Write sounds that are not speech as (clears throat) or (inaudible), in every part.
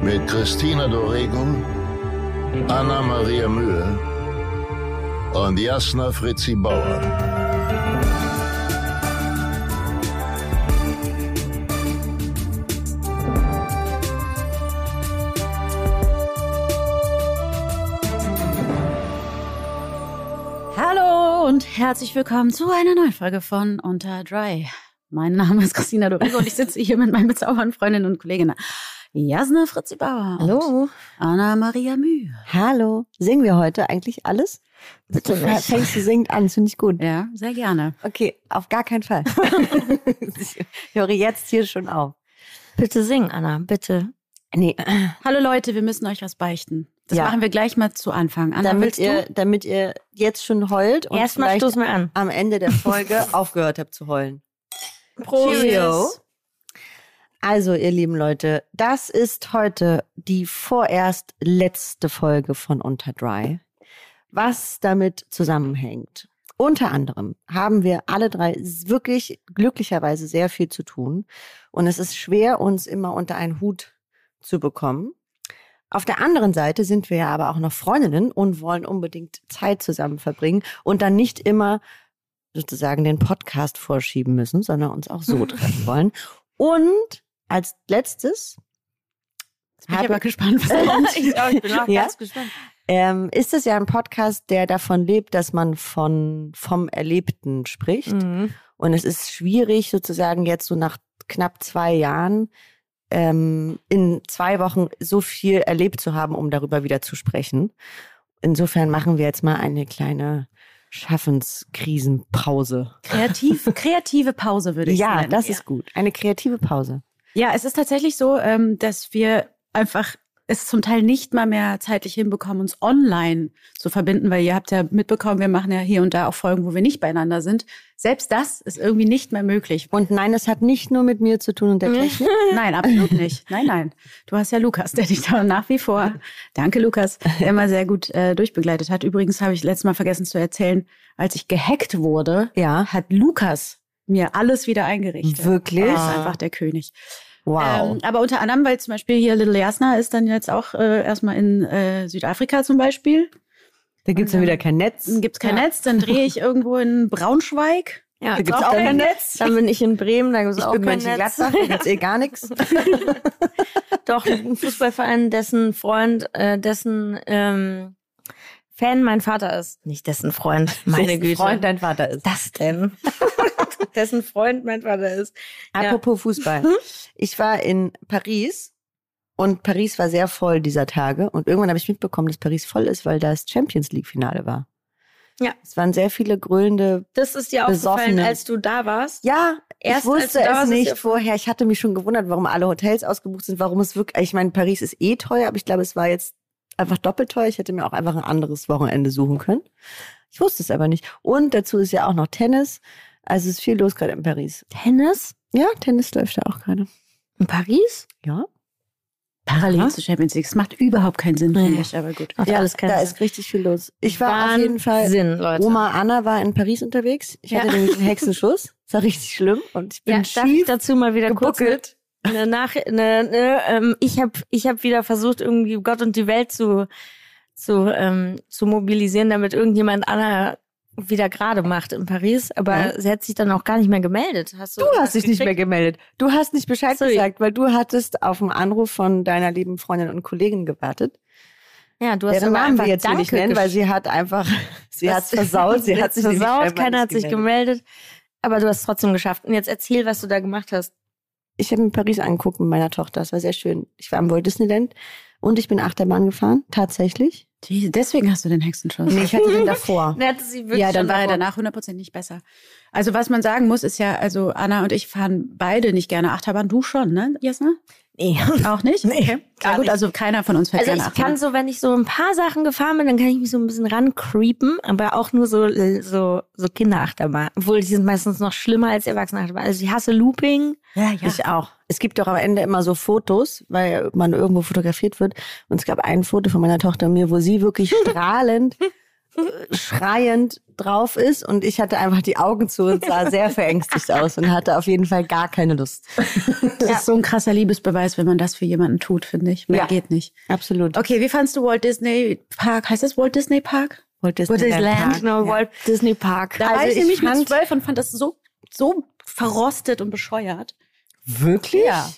mit Christina Dorego, Anna Maria Mühe und Jasna Fritzi Bauer. Hallo und herzlich willkommen zu einer neuen Folge von Äh, Unter Dry. Mein Name ist Christina Dorigo und ich sitze hier mit meinen bezaubernden Freundinnen und Kolleginnen Jasna Fritzi Bauer. und Hallo. Anna Maria Mühe. Hallo. Singen wir heute eigentlich alles? Bitte Du nicht. Fängst du singend an, das finde ich gut. Ja, sehr gerne. Okay, auf gar keinen (laughs) Fall. ich höre jetzt hier schon auf. Bitte sing, Anna, bitte. Nee, Hallo Leute, wir müssen euch was beichten. Das Ja. machen wir gleich mal zu Anfang. Anna, damit willst ihr, du? damit ihr jetzt schon heult und Erstmal vielleicht stoß mir an. am Ende der Folge aufgehört habt zu heulen. Prost. Cheerio. Also, ihr lieben Leute, das ist heute die vorerst letzte Folge von Unter Dry. Was damit zusammenhängt. Unter anderem haben wir alle drei s- wirklich glücklicherweise sehr viel zu tun. Und es ist schwer, uns immer unter einen Hut zu bekommen. Auf der anderen Seite sind wir ja aber auch noch Freundinnen und wollen unbedingt Zeit zusammen verbringen und dann nicht immer sozusagen den Podcast vorschieben müssen, sondern uns auch (laughs) so treffen wollen. Und als letztes Jetzt bin ich Habe- aber (laughs) (laughs) gespannt, was kommt. Ja. ähm, ist es ja ein Podcast, der davon lebt, dass man von, vom Erlebten spricht. Mhm. Und es ist schwierig, sozusagen jetzt so nach knapp zwei Jahren ähm, in zwei Wochen so viel erlebt zu haben, um darüber wieder zu sprechen. Insofern machen wir jetzt mal eine kleine Schaffenskrisenpause. Kreativ, kreative Pause würde ich Ja, nennen. das ist gut. Eine kreative Pause. Ja, es ist tatsächlich so, ähm, dass wir einfach es zum Teil nicht mal mehr zeitlich hinbekommen, uns online zu verbinden, weil ihr habt ja mitbekommen, wir machen ja hier und da auch Folgen, wo wir nicht beieinander sind. Selbst das ist irgendwie nicht (laughs) mehr möglich. Und nein, es hat nicht nur mit mir zu tun und der Technik. Nein, absolut nicht. Nein, nein. Du hast ja Lukas, der dich da nach wie vor, danke Lukas, immer sehr gut äh, durchbegleitet hat. Übrigens habe ich letztes Mal vergessen zu erzählen, als ich gehackt wurde, Ja, hat Lukas mir alles wieder eingerichtet. Wirklich? Er ist einfach der König. wow. Ah. Ähm, aber unter anderem, weil zum Beispiel hier Little Jasna ist dann jetzt auch äh, erstmal in äh, Südafrika zum Beispiel. da gibt's dann wieder kein Netz. Dann gibt's kein Ja. Netz, dann drehe (laughs) ich irgendwo in Braunschweig. Da Ja, gibt's auch auch kein kein Netz. Dann bin ich in Bremen, da gibt es Ich auch bin kein Netz. Mönchengladbach, da gibt's eh gar nichts. Doch, ein Fußballverein, dessen Freund, äh, dessen ähm, Fan mein Vater ist. Nicht (laughs) dessen Freund, meine Dessen Güte. Freund dein Vater ist. das denn? (laughs) dessen Freund mein Vater ist. Apropos Fußball. Mhm. Ich war in Paris und Paris war sehr voll dieser Tage und irgendwann habe ich mitbekommen, dass Paris voll ist, weil da das Champions League Finale war. Ja. Es waren sehr viele grölende Das ist dir aufgefallen, Besoffene. als du da warst. ja, ich Erst als wusste du da warst, es ist nicht dir- vorher. Ich hatte mich schon gewundert, warum alle Hotels ausgebucht sind, warum es wirklich, ich meine, Paris ist eh teuer, aber ich glaube, es war jetzt einfach doppelt teuer. Ich hätte mir auch einfach ein anderes Wochenende suchen können. Ich wusste es aber nicht. Und dazu ist ja auch noch Tennis. Also es ist viel los gerade in Paris. Tennis? Ja, Tennis läuft da auch gerade. In Paris? Ja. Parallel Aha. zu Champions League. Das macht überhaupt keinen Sinn, finde Ja. ich, aber gut. Macht ja, alles keinen da Sinn. ist richtig viel los. Ich war auf jeden Fall. Sinn, Leute. Oma Anna war in Paris unterwegs. Ich Ja. hatte (laughs) nämlich einen Hexenschuss. Das war richtig schlimm. Und ich bin Ja, darf ich schief. dazu mal wieder kurz gebuckelt. eine Nachricht. Eine, eine, ähm, ich habe ich hab wieder versucht, irgendwie Gott und die Welt zu, zu, ähm, zu mobilisieren, damit irgendjemand Anna wieder gerade macht in Paris. Aber Ja. sie hat sich dann auch gar nicht mehr gemeldet. Hast du, Du hast dich nicht mehr gemeldet. Du hast nicht Bescheid Sorry. gesagt, weil du hattest auf einen Anruf von deiner lieben Freundin und Kollegin gewartet. Ja, du hast Deren aber Namen einfach wir jetzt hier Danke nicht nennen, weil gesch- sie hat einfach, (laughs) sie hat Das- (laughs) versaut, sie hat hat's sich nämlich versaut, scheinbar keiner nicht hat sich gemeldet. Aber du hast es trotzdem geschafft. Und jetzt erzähl, was du da gemacht hast. Ich habe mir Paris angeguckt mit meiner Tochter, das war sehr schön. Ich war im Walt Disneyland und ich bin Achterbahn gefahren, tatsächlich. Die- Deswegen hast du den Hexenschuss. (laughs) Nee, ich hatte den davor. Dann hatte sie wirklich Ja, dann schon war er davor- danach 100% nicht besser. Also was man sagen muss, ist ja, also Anna und ich fahren beide nicht gerne Achterbahn. Du schon, ne, Jasna? Nee. eh. (laughs) Auch (laughs) nicht? Nee, Ja, gar gut, nicht. also keiner von uns fährt Also gerne ich kann ne? Achterbahn. so, wenn ich so ein paar Sachen gefahren bin, dann kann ich mich so ein bisschen rancreepen, aber auch nur so, äh, so, so Kinderachterbahn. Obwohl, die sind meistens noch schlimmer als Erwachsenenachterbahn. Also ich hasse Looping. Ja, ja. Ich auch. Es gibt doch am Ende immer so Fotos, weil man irgendwo fotografiert wird. Und es gab ein Foto von meiner Tochter und mir, wo sie (laughs) wirklich strahlend, äh, schreiend drauf ist. Und ich hatte einfach die Augen zu und sah (laughs) sehr verängstigt aus und hatte auf jeden Fall gar keine Lust. Das ist so ein krasser Liebesbeweis, wenn man das für jemanden tut, finde ich. Mehr Ja. geht nicht. Absolut. Okay, wie fandst du Walt Disney Park? Heißt das Walt Disney Park? Walt Disneyland. Park. Genau, Walt Disney Park. Da Also war ich, ich nämlich fand- mit zwölf und fand das so, so verrostet und bescheuert. Wirklich? Ja.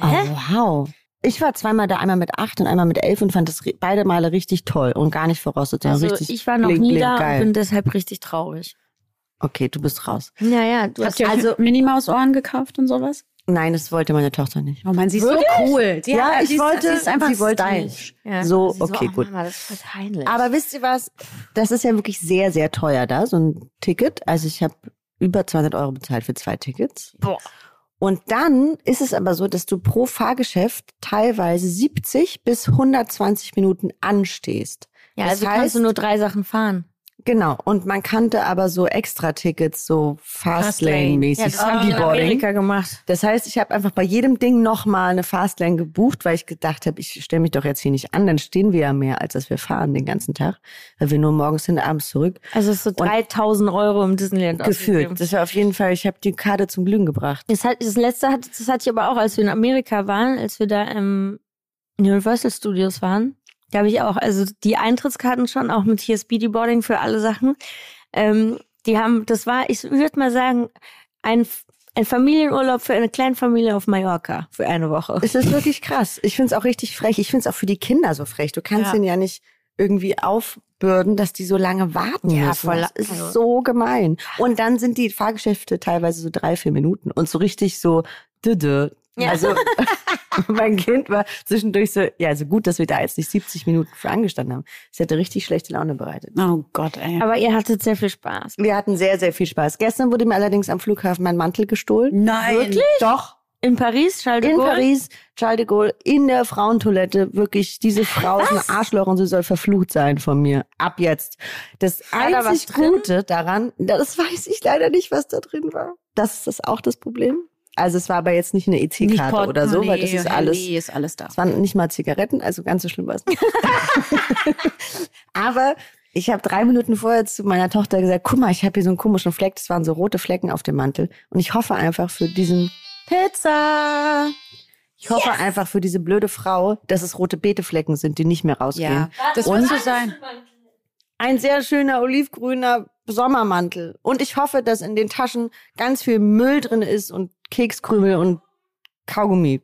Oh, wow. Ich war zweimal da, einmal mit acht und einmal mit elf und fand das ri- beide Male richtig toll und gar nicht verrostet. sondern Also richtig ich war noch blink, nie blink, da geil. und bin deshalb richtig traurig. Okay, du bist raus. Naja, du Habt ihr also Minimaus-Ohren gekauft und sowas? Nein, das wollte meine Tochter nicht. Oh man, sie ist so cool. Die Ja, hat- ich sie ist, wollte- sie ist einfach sie wollte stylisch. nicht. So, okay, gut. Mama, das ist voll peinlich. Aber wisst ihr was? Das ist ja wirklich sehr, sehr teuer da, so ein Ticket. Also ich habe über 200 Euro bezahlt für zwei Tickets. Boah. Und dann ist es aber so, dass du pro Fahrgeschäft teilweise 70 bis 120 Minuten anstehst. ja, das also kannst du heißt- nur drei Sachen fahren. Genau. Und man kannte aber so Extra-Tickets, so Ja, Fastlane-mäßig, das haben die in Speedyboarding. Amerika gemacht. Das heißt, ich habe einfach bei jedem Ding nochmal eine Fastlane gebucht, weil ich gedacht habe, ich stelle mich doch jetzt hier nicht an, dann stehen wir ja mehr, als dass wir fahren den ganzen Tag, weil wir nur morgens hin, abends zurück. Also es ist so 3000 Euro im Disneyland ausgegeben. Gefühlt. Das war auf jeden Fall, ich habe die Karte zum Glühen gebracht. Das, hat, das letzte hat, das hatte ich aber auch, als wir in Amerika waren, als wir da im Universal Studios waren. Da habe ich auch, also die Eintrittskarten schon, auch mit hier Speedyboarding für alle Sachen. Ähm, die haben, das war, ich würde mal sagen, ein, ein Familienurlaub für eine Kleinfamilie auf Mallorca für eine Woche. Es ist wirklich krass. Ich finde es auch richtig frech. Ich finde es auch für die Kinder so frech. Du kannst Ja. denen ja nicht irgendwie aufbürden, dass die so lange warten Ja, müssen. voll- das ist also- so gemein. Und dann sind die Fahrgeschäfte teilweise so drei, vier Minuten und so richtig so dödö. Ja. Also (laughs) mein Kind war zwischendurch so, ja, also gut, dass wir da jetzt nicht 70 Minuten für angestanden haben. Es hätte richtig schlechte Laune bereitet. Oh Gott, ey. Aber ihr hattet sehr viel Spaß. Wir hatten sehr, sehr viel Spaß. Gestern wurde mir allerdings am Flughafen mein Mantel gestohlen. Nein. Wirklich? Doch. In Paris, Charles de In Gaulle. Paris, Charles de Gaulle, in der Frauentoilette. Wirklich, diese Frau ist ein Arschloch und sie soll verflucht sein von mir. Ab jetzt. Das War da was einzig drin? Gute daran, das weiß ich leider nicht, was da drin war. Das ist das auch das Problem. Also es war aber jetzt nicht eine Nicht EC-Karte oder so, weil das Portemonnaie, ist alles, Handy ist alles da. es waren nicht mal Zigaretten, also ganz so schlimm war es nicht. aber ich habe drei Minuten vorher zu meiner Tochter gesagt, guck mal, ich habe hier so einen komischen Fleck, das waren so rote Flecken auf dem Mantel. Und ich hoffe einfach für diesen Pizza! ich hoffe einfach für diese blöde Frau, dass es rote Beeteflecken sind, die nicht mehr rausgehen. Ja, das muss so sein. Ein sehr schöner olivgrüner Sommermantel. Und ich hoffe, dass in den Taschen ganz viel Müll drin ist und Kekskrümel und Kaugummi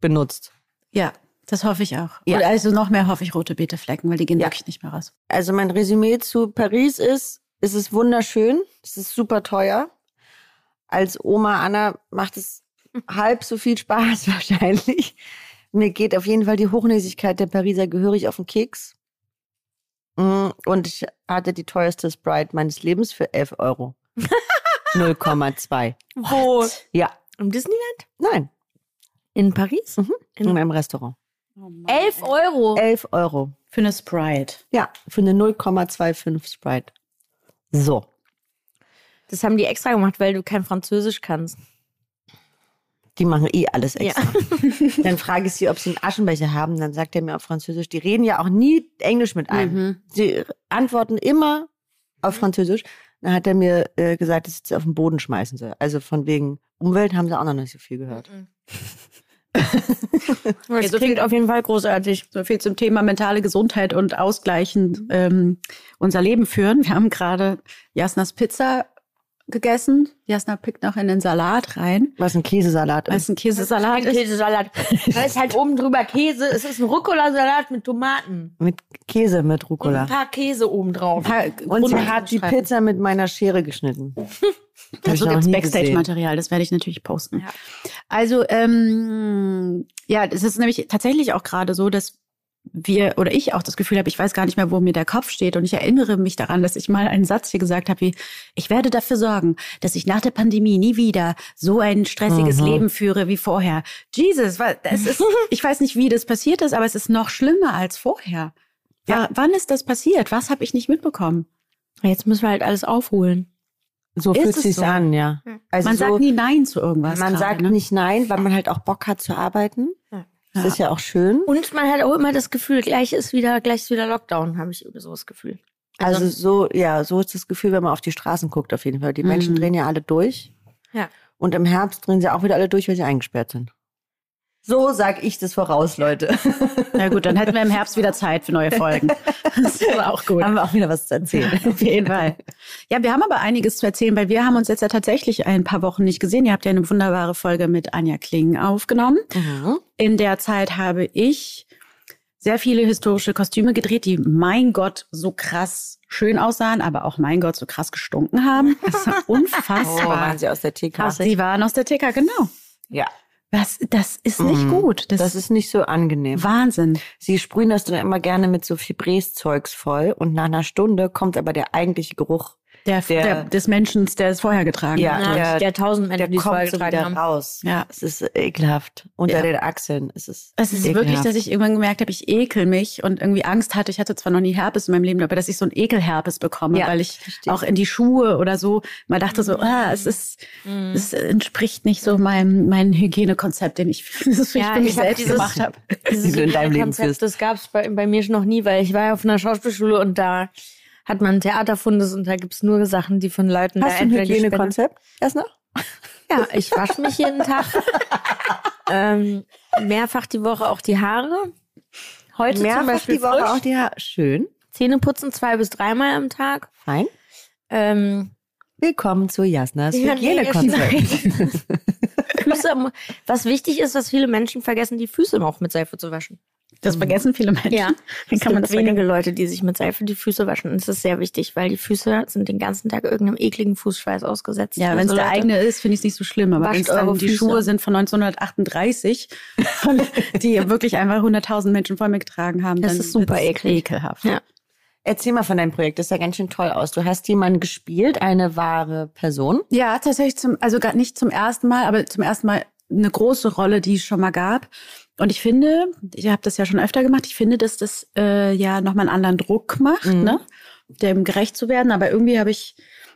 benutzt. Ja, das hoffe ich auch. Ja. Und also noch mehr hoffe ich rote Beeteflecken, weil die gehen Ja. wirklich nicht mehr raus. Also mein Resümee zu Paris ist, es ist wunderschön, es ist super teuer. Als Oma Anna macht es halb so viel Spaß (laughs) wahrscheinlich. Mir geht auf jeden Fall die Hochnäsigkeit der Pariser gehörig auf den Keks. Mm, Und ich hatte die teuerste Sprite meines Lebens für 11 Euro. 0,2. Wo? Ja, Im Disneyland? nein, In Paris? in meinem Restaurant. Elf Euro. 11 Euro. Für eine Sprite. Ja, für eine 0,25 Sprite. So. Das haben die extra gemacht, weil du kein Französisch kannst. Die machen eh alles extra. (laughs) dann frage ich sie, ob sie einen Aschenbecher haben. Dann sagt er mir auf Französisch. Die reden ja auch nie Englisch mit einem. Mhm. Sie antworten immer auf Französisch. Dann hat er mir äh, gesagt, dass ich sie auf den Boden schmeißen soll. Also von wegen Umwelt haben sie auch noch nicht so viel gehört. Mhm. Das so klingt viel- auf jeden Fall großartig. So viel zum Thema mentale Gesundheit und ausgleichend ähm, unser Leben führen. Wir haben gerade Jasnas Pizza gegessen. Jasna pickt noch in den Salat rein, Was ein Käsesalat weil ist. es ein Käsesalat ist. Käsesalat. Da ist halt oben drüber Käse. Es ist ein Rucola-Salat mit Tomaten. Mit Käse mit Und ein Rucola. paar Käse oben drauf. Und sie hat die Pizza mit meiner Schere (laughs) geschnitten. Dazu noch gibt's nie Backstage-Material, das werde ich natürlich posten. Ja. Also, ähm, ja, es ist nämlich tatsächlich auch gerade so, dass wir oder ich auch das Gefühl habe, ich weiß gar nicht mehr, wo mir der Kopf steht. Und ich erinnere mich daran, dass ich mal einen Satz hier gesagt habe, wie, ich werde dafür sorgen, dass ich nach der Pandemie nie wieder so ein stressiges Mhm. Leben führe wie vorher. Jesus, wa- (laughs) es ist, ich weiß nicht, wie das passiert ist, aber es ist noch schlimmer als vorher. Wa- Wann ist das passiert? Was habe ich nicht mitbekommen? Jetzt müssen wir halt alles aufholen. So Ist fühlt es sich's so? an, ja. Also man so, sagt nie Nein zu irgendwas. man gerade, sagt ne? nicht nein, weil man halt auch Bock hat zu arbeiten. Ja. Das ist ja auch schön. Und man hat auch immer das Gefühl, gleich ist wieder, gleich ist wieder Lockdown, habe ich so das Gefühl. Also so, ja, so ist das Gefühl, wenn man auf die Straßen guckt, auf jeden Fall. Die Menschen Mhm. drehen ja alle durch. Ja. Und im Herbst drehen sie auch wieder alle durch, weil sie eingesperrt sind. So sag ich das voraus, Leute. Na gut, dann hätten wir im Herbst wieder Zeit für neue Folgen. Das ist aber auch gut. Haben wir auch wieder was zu erzählen. (laughs) Auf jeden Fall. Ja, wir haben aber einiges zu erzählen, weil wir haben uns jetzt ja tatsächlich ein paar Wochen nicht gesehen. Ihr habt ja eine wunderbare Folge mit Anja Kling aufgenommen. In der Zeit habe ich sehr viele historische Kostüme gedreht, die mein Gott so krass schön aussahen, aber auch mein Gott so krass gestunken haben. Das (laughs) war Oh, unfassbar. waren sie aus der TK. Sie waren aus der TK, genau. Ja, Was, das ist nicht Mhm. gut. Das, das ist ist nicht so angenehm. Wahnsinn. Sie sprühen das dann immer gerne mit so Fibrés-Zeugs voll und nach einer Stunde kommt aber der eigentliche Geruch, Der, Der- der, des Menschen, der es vorher getragen Ja. hat. Ja, der- der tausend Menschen, der die es kommt vorher so getragen wieder haben. raus. Ja. Es ist ekelhaft. Unter Ja. den Achseln. Es ist, Es ist ekelhaft. wirklich, dass ich irgendwann gemerkt habe, ich ekel mich und irgendwie Angst hatte. Ich hatte zwar noch nie Herpes in meinem Leben, aber dass ich so ein Ekelherpes bekomme, Ja, weil ich verstehe. auch in die Schuhe oder so mal dachte so, Mhm. ah, es ist, es entspricht nicht so meinem, meinem Hygienekonzept, den ich (laughs) für Ja, für mich ich hab selbst dieses- gemacht habe. Dieses die (laughs) du in deinem Leben Konzept, führst. Das gab es bei, bei mir noch nie, weil ich war ja auf einer Schauspielschule und da hat man einen Theaterfundes und da gibt's nur Sachen, die von Leuten da Hast du ein entweder gespendet- Hygienekonzept? Erst noch? Ja, ich wasche mich (laughs) jeden Tag. ähm, mehrfach die Woche auch die Haare. Heute zum Mehrfach Beispiel die Woche frisch. auch die Haare. Schön. Zähne putzen zwei bis dreimal am Tag. Fein. Ähm, Willkommen zu Jasnas Ja, eh nee, Hygienekonzept. (laughs) (laughs) Füße, am- was wichtig ist, was viele Menschen vergessen, die Füße auch mit Seife zu waschen. Das vergessen viele Menschen. Es (laughs) Dann kann man das gibt vergessen. wenige Leute, die sich mit Seife die Füße waschen. Und es ist sehr wichtig, weil die Füße sind den ganzen Tag irgendeinem ekligen Fußschweiß ausgesetzt. Ja, wenn es Also der Leute, eigene ist, finde ich es nicht so schlimm. Aber Wascht wenn es dann eure die Füße. Schuhe sind von 1938, (laughs) von, die wirklich einfach 100.000 Menschen vor mir getragen haben, Das dann ist super wird's eklig. ekelhaft. Ja. Erzähl mal von deinem Projekt. Das sah ganz schön toll aus. Du hast jemanden gespielt, eine wahre Person. Ja, tatsächlich zum, also gar nicht zum ersten Mal, aber zum ersten Mal eine große Rolle, die es schon mal gab. Und ich finde, ich habe das ja schon öfter gemacht, ich finde, dass das äh, ja nochmal einen anderen Druck macht, Mhm. ne? dem gerecht zu werden. Aber irgendwie habe ich,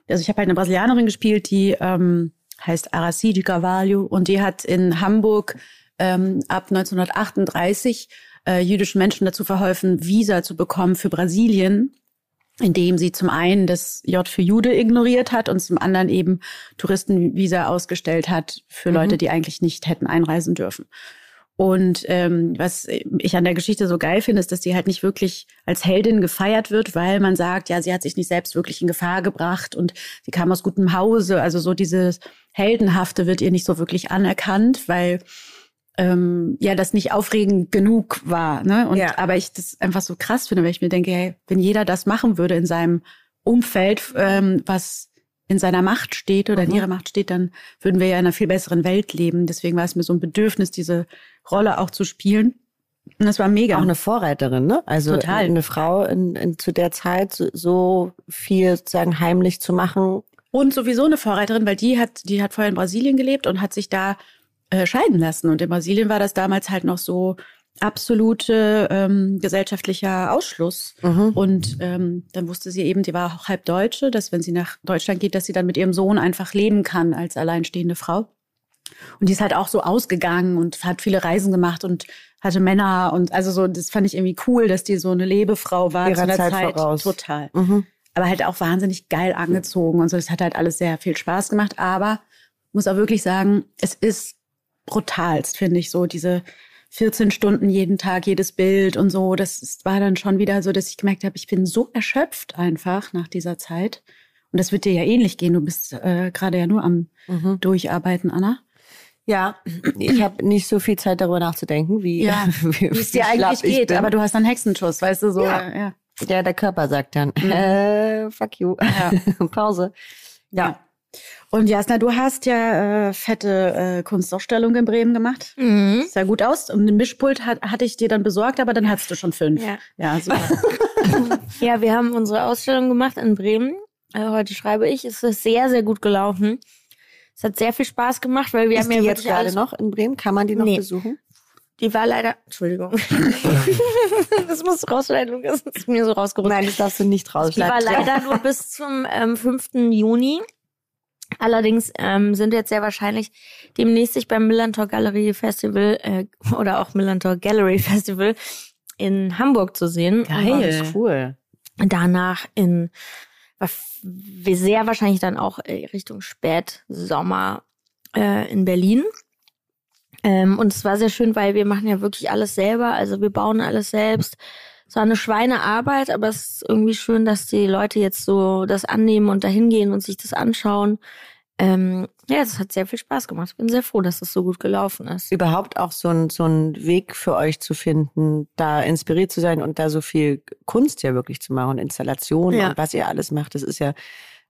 also ich habe halt eine Brasilianerin gespielt, die ähm, heißt Aracide Carvalho und die hat in Hamburg ähm, ab 1938 äh, jüdischen Menschen dazu verholfen, Visa zu bekommen für Brasilien indem sie zum einen das J für Jude ignoriert hat und zum anderen eben Touristenvisa ausgestellt hat für Leute, die eigentlich nicht hätten einreisen dürfen. Und ähm, was ich an der Geschichte so geil finde, ist, dass sie halt nicht wirklich als Heldin gefeiert wird, weil man sagt, ja, sie hat sich nicht selbst wirklich in Gefahr gebracht und sie kam aus gutem Hause. Also so dieses Heldenhafte wird ihr nicht so wirklich anerkannt, weil ähm, ja das nicht aufregend genug war. Ne? Und Ja. aber ich das einfach so krass finde, weil ich mir denke, hey, wenn jeder das machen würde in seinem Umfeld, ähm, was in seiner Macht steht Mhm. oder in ihrer Macht steht, dann würden wir ja in einer viel besseren Welt leben. Deswegen war es mir so ein Bedürfnis, diese Rolle auch zu spielen. Und das war mega. Auch eine Vorreiterin, ne? Also Total. eine Frau in, in, zu der Zeit so, so viel sozusagen heimlich zu machen. Und sowieso eine Vorreiterin, weil die hat, die hat vorher in Brasilien gelebt und hat sich da äh, scheiden lassen. Und in Brasilien war das damals halt noch so absolute ähm, gesellschaftlicher Ausschluss. Mhm. Und ähm, dann wusste sie eben, die war auch halb Deutsche, dass wenn sie nach Deutschland geht, dass sie dann mit ihrem Sohn einfach leben kann als alleinstehende Frau. Und die ist halt auch so ausgegangen und hat viele Reisen gemacht und hatte Männer und also so, das fand ich irgendwie cool, dass die so eine Lebefrau war Ihrer zu einer Zeit voraus. Total Mhm. aber halt auch wahnsinnig geil angezogen und so. Das hat halt alles sehr viel Spaß gemacht. Aber muss auch wirklich sagen, es ist brutalst, finde ich, so diese 14 Stunden jeden Tag, jedes Bild und so. Das ist, war dann schon wieder so, dass ich gemerkt habe, ich bin so erschöpft einfach nach dieser Zeit. Und das wird dir ja ähnlich gehen. Du bist äh, gerade ja nur am Mhm. Durcharbeiten, Anna. Ja, ich habe nicht so viel Zeit darüber nachzudenken, wie, Ja, (laughs) wie, Wie es dir schlapp eigentlich ich geht, bin. aber du hast einen Hexenschuss, weißt du, so. äh, Ja. ja. (laughs) Ja, der Körper sagt dann, äh, fuck you, Pause. Ja. Und Jasna, du hast ja äh, fette äh, Kunstausstellung in Bremen gemacht. Mhm. Sah gut aus. Und ein Mischpult hat, hatte ich dir dann besorgt, aber dann hattest du schon fünf. Ja. (laughs) Oh, ja super. Ja, wir haben unsere Ausstellung gemacht in Bremen. Äh, heute schreibe ich. Es ist sehr, sehr gut gelaufen. Es hat sehr viel Spaß gemacht, weil wir ist haben die ja jetzt wirklich gerade alles noch in Bremen? Kann man die noch Nee. besuchen? Die war leider. Entschuldigung. (laughs) das musst du rausschneiden, Lukas. Das ist mir so rausgerutscht. Nein, das darfst du nicht raus. die war leider nur bis zum ähm, 5. Juni. Allerdings ähm, sind jetzt sehr wahrscheinlich demnächst sich beim Millantor Gallery Festival äh, oder auch Millantor Gallery Festival in Hamburg zu sehen. Geil. Und cool. danach in wir sehr wahrscheinlich dann auch äh, Richtung Spätsommer äh, in Berlin. Ähm, und es war sehr schön, weil wir machen ja wirklich alles selber. Also wir bauen alles selbst. Es war eine Schweinearbeit, aber es ist irgendwie schön, dass die Leute jetzt so das annehmen und dahin gehen und sich das anschauen. Ähm, ja, es hat sehr viel Spaß gemacht. Ich bin sehr froh, dass das so gut gelaufen ist. Überhaupt auch so ein, so ein Weg für euch zu finden, da inspiriert zu sein und da so viel Kunst ja wirklich zu machen und Installationen Ja. und was ihr alles macht, das ist ja,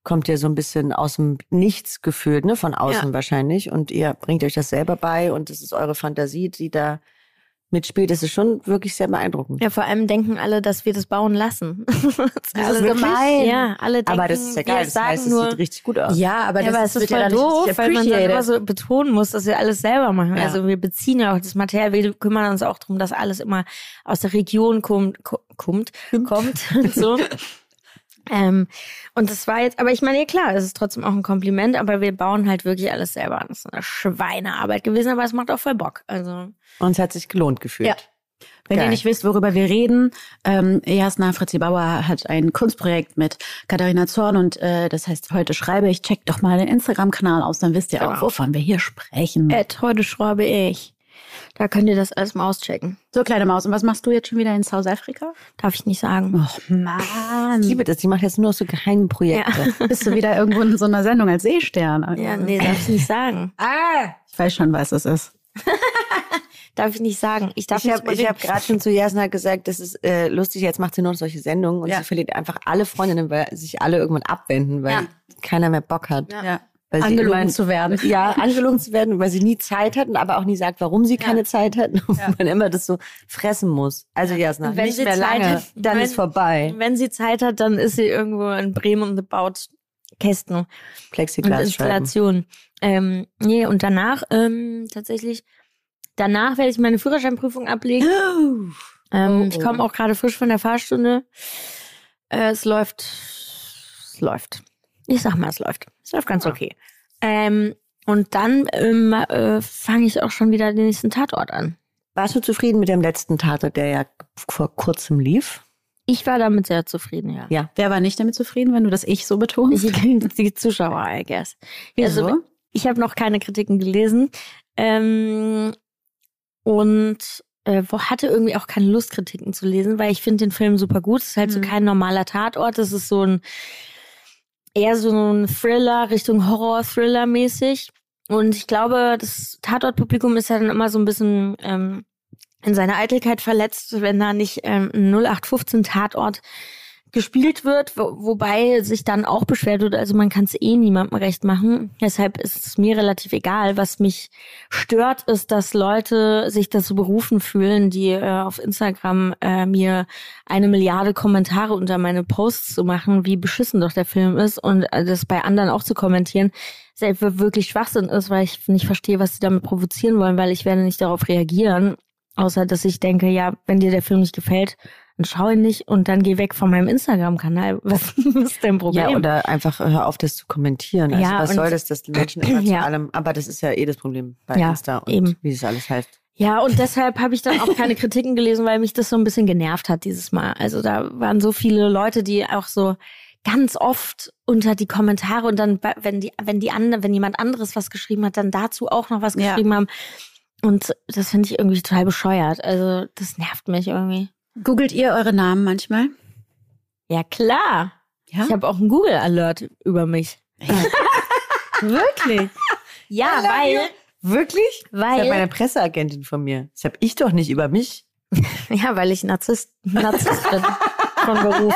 kommt ja so ein bisschen aus dem Nichts gefühlt, ne, von außen wahrscheinlich. Und ihr bringt euch das selber bei und es ist eure Fantasie, die da mitspielt. Das ist schon wirklich sehr beeindruckend. Ja, vor allem denken alle, dass wir das bauen lassen. (laughs) das ist ist gemein. Ja, alle denken, Aber das ist ja wir geil. Das sagen heißt, es nur, sieht richtig gut aus. Ja, aber ja, aber es ist voll doof, weil man dann immer so betonen muss, dass wir alles selber machen. Ja. Also wir beziehen ja auch das Material, wir kümmern uns auch darum, dass alles immer aus der Region kommt, ko- kommt, kommt (laughs) und so. ähm, und das war jetzt, aber ich meine, ja klar, es ist trotzdem auch ein Kompliment, aber wir bauen halt wirklich alles selber an. Das ist eine Schweinearbeit gewesen, aber es macht auch voll Bock. Also Und es hat sich gelohnt gefühlt. Ja. Wenn Geil. ihr nicht wisst, worüber wir reden, ähm, Jasna Fritzi Bauer hat ein Kunstprojekt mit Katharina Zorn und äh, das heißt, heute schreibe ich, checkt doch mal den Instagram-Kanal aus, dann wisst ihr auch, Genau. Äh. wovon wir hier sprechen. Ed, heute schraube ich. Da könnt ihr das alles mal auschecken. So, kleine Maus, und was machst du jetzt schon wieder in South Africa? Darf ich nicht sagen. Och, Mann. Ich liebe das. Die macht jetzt nur noch so geheime Projekte. (laughs) Bist du wieder irgendwo in so einer Sendung als Seestern? Ja, nee, darf ich nicht sagen. Ah, Ich weiß schon, was es ist. Darf ich nicht sagen. Ich darf Ich nicht habe ich überreden. hab gerade schon zu Jasna gesagt, das ist äh, lustig, jetzt macht sie nur noch solche Sendungen und Ja. sie verliert einfach alle Freundinnen, weil sich alle irgendwann abwenden, weil Ja. keiner mehr Bock hat. Ja. Weil sie Angelogen immer- zu werden. (laughs) Ja, angelogen zu werden, weil sie nie Zeit hat und aber auch nie sagt, warum sie keine Zeit hat (laughs) und man immer das so fressen muss. Also Jasna, Und wenn nicht sie mehr Zeit lange, hat, dann wenn- ist vorbei. Wenn sie Zeit hat, dann ist sie irgendwo in Bremen und baut Kästen und Plexiglasscheiben. Installationen. Ähm, nee, und danach ähm, tatsächlich, danach werde ich meine Führerscheinprüfung ablegen. Ähm, Ich komme auch gerade frisch von der Fahrstunde. Äh, es läuft, es läuft. Ich sag mal, es läuft. Es läuft ganz okay. Ähm, und dann ähm, äh, fange ich auch schon wieder den nächsten Tatort an. Warst du zufrieden mit dem letzten Tatort, der ja vor kurzem lief? Ich war damit sehr zufrieden, ja. Ja. Wer war nicht damit zufrieden, wenn du das Ich so betonst? (laughs) Die, die Zuschauer, I guess. Wieso? Also, ich habe noch keine Kritiken gelesen. Ähm, und äh, wo- hatte irgendwie auch keine Lust, Kritiken zu lesen, weil ich finde den Film super gut. Es ist halt so Mhm. kein normaler Tatort. Es ist so ein eher so ein Thriller, Richtung Horror-Thriller mäßig. Und ich glaube, das Tatort-Publikum ist ja dann immer so ein bisschen ähm, in seiner Eitelkeit verletzt, wenn da nicht ähm, ein 0815-Tatort gespielt wird, wo, wobei sich dann auch beschwert wird. Also man kann es eh niemandem recht machen. Deshalb ist es mir relativ egal. Was mich stört, ist, dass Leute sich dazu berufen fühlen, die äh, auf Instagram äh, mir eine Milliarde Kommentare unter meine Posts zu machen, wie beschissen doch der Film ist und äh, das bei anderen auch zu kommentieren, selbst wenn wirklich Schwachsinn ist, weil ich nicht verstehe, was sie damit provozieren wollen, weil ich werde nicht darauf reagieren, außer dass ich denke, ja, wenn dir der Film nicht gefällt, dann schau ihn nicht und dann geh weg von meinem Instagram-Kanal. Was (laughs) ist dein Problem? Ja, oder einfach äh, hör auf, das zu kommentieren. Also Ja, was und- soll das, dass die Menschen immer Ja. zu allem, aber das ist ja eh das Problem bei Ja, Insta und eben. wie das alles heißt. Ja, und deshalb habe ich dann auch (laughs) keine Kritiken gelesen, weil mich das so ein bisschen genervt hat dieses Mal. Also da waren so viele Leute, die auch so ganz oft unter die Kommentare und dann, bei- wenn die, wenn die andere, wenn jemand anderes was geschrieben hat, dann dazu auch noch was Ja. geschrieben haben. Und das finde ich irgendwie total bescheuert. Also das nervt mich irgendwie. Googelt ihr eure Namen manchmal? Ja, klar. Ja? Ich habe auch einen Google-Alert über mich. (laughs) Wirklich? Ja, weil, Wirklich? Das hat weil, meine Presseagentin von mir. Das habe ich doch nicht über mich. Ja, weil ich Narzisst, Narzisst bin von Beruf.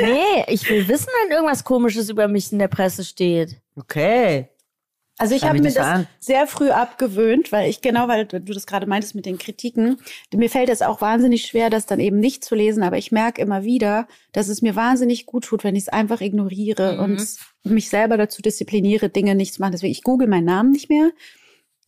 Nee, ich will wissen, wenn irgendwas Komisches über mich in der Presse steht. Okay. Also ich Schau habe mir mir das das an. sehr früh abgewöhnt, weil ich genau, weil du du das gerade meintest mit den Kritiken, mir fällt es auch wahnsinnig schwer, das dann eben nicht zu lesen, aber ich merke immer wieder, dass es mir wahnsinnig gut tut, wenn ich es einfach ignoriere Mhm. und mich selber dazu diszipliniere, Dinge nicht zu machen. Deswegen, ich google meinen Namen nicht mehr.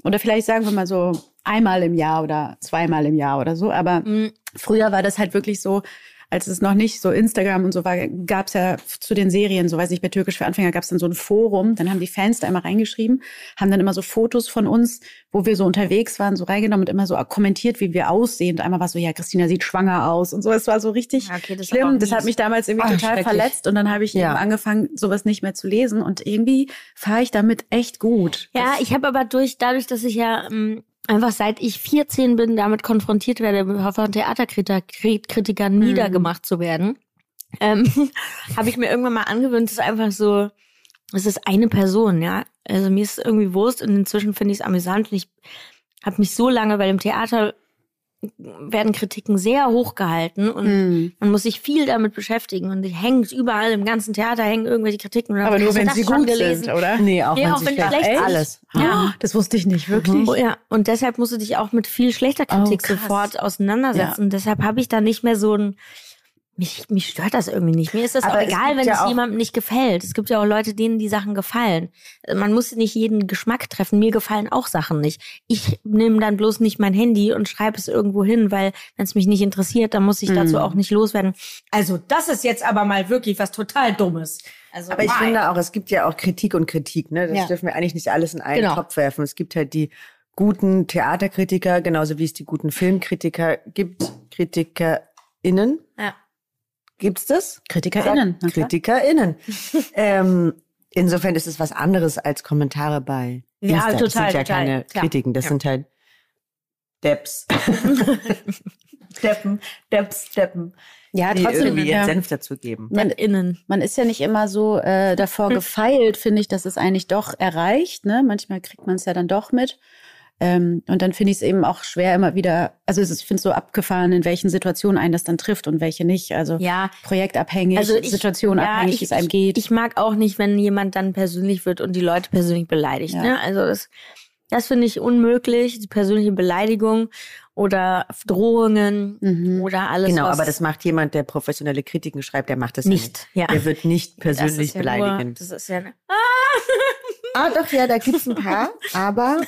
Oder vielleicht sagen wir mal so einmal im Jahr oder zweimal im Jahr oder so, aber Mhm. Früher war das halt wirklich so, als es noch nicht so Instagram und so war, gab es ja zu den Serien, so weiß ich, bei Türkisch für Anfänger gab es dann so ein Forum, dann haben die Fans da immer reingeschrieben, haben dann immer so Fotos von uns, wo wir so unterwegs waren, so reingenommen und immer so kommentiert, wie wir aussehen. Und einmal war so, ja, Christina sieht schwanger aus und so. Es war so richtig Ja, okay, das ist aber schlimm. auch Das hat mies. Ah, mich damals irgendwie Ach, total schrecklich. verletzt und dann habe ich Ja. eben angefangen, sowas nicht mehr zu lesen und irgendwie fahre ich damit echt gut. Ja, ich habe aber durch, dadurch, dass ich ja ähm, einfach seit ich 14 bin, damit konfrontiert werde, von Theaterkritikern Mhm. niedergemacht zu werden, ähm, (laughs) habe ich mir irgendwann mal angewöhnt, es ist einfach so, es ist eine Person, ja. Also mir ist es irgendwie Wurst und inzwischen finde ich es amüsant und ich habe mich so lange, weil im Theater werden Kritiken sehr hoch gehalten und Hm. man muss sich viel damit beschäftigen und die hängt überall im ganzen Theater hängen irgendwelche Kritiken. Und dann Aber nur hast du wenn das sie schon gut gelesen? sind, oder? Nee, auch Ja, wenn auch sie wenn schlecht schlecht ist. ist. Alles. Ah. Mhm. Ja. Oh, Das wusste ich nicht, wirklich. Oh ja, und deshalb musst du dich auch mit viel schlechter Kritik Oh, krass. sofort auseinandersetzen. Und deshalb habe ich da nicht mehr so ein. Mich, mich stört das irgendwie nicht. Mir ist das Aber auch es egal, gibt wenn ja es auch- jemandem nicht gefällt. Es gibt ja auch Leute, denen die Sachen gefallen. Man muss nicht jeden Geschmack treffen. Mir gefallen auch Sachen nicht. Ich nehme dann bloß nicht mein Handy und schreibe es irgendwo hin, weil wenn es mich nicht interessiert, dann muss ich Mhm. dazu auch nicht loswerden. Also das ist jetzt aber mal wirklich was total Dummes. Also Aber ich why? finde auch, es gibt ja auch Kritik und Kritik, ne? Das Ja. dürfen wir eigentlich nicht alles in einen Genau. Topf werfen. Es gibt halt die guten Theaterkritiker, genauso wie es die guten Filmkritiker gibt, KritikerInnen. Ja. Gibt's das? KritikerInnen. na klar. (laughs) KritikerInnen. ähm, insofern ist es was anderes als Kommentare bei Ja, Insta. das total, sind ja total, keine klar. Kritiken, das Ja. sind halt (laughs) Depps. Deppen, Depps, Deppen. Ja, Die trotzdem. irgendwie ja. ihren Senf dazu geben. Man, innen. man ist ja nicht immer so äh, davor Hm. gefeilt, finde ich, dass es eigentlich doch erreicht. Ne? Manchmal kriegt man es ja dann doch mit. Ähm, und dann finde ich es eben auch schwer immer wieder, also es ist, ich finde es so abgefahren, in welchen Situationen einen das dann trifft und welche nicht. Also Ja, projektabhängig, situationabhängig, Also ja, wie es einem geht. Ich mag auch nicht, wenn jemand dann persönlich wird und die Leute persönlich beleidigt. Ja. Ne? Also das, das finde ich unmöglich, die persönliche Beleidigung oder Drohungen Mhm. oder alles. genau, was aber das macht jemand, der professionelle Kritiken schreibt, der macht das ja nicht. Ja. Der wird nicht Das ist persönlich ja Nur, beleidigen. das ist ja, Ah, doch, ja, da gibt's ein (laughs) paar, aber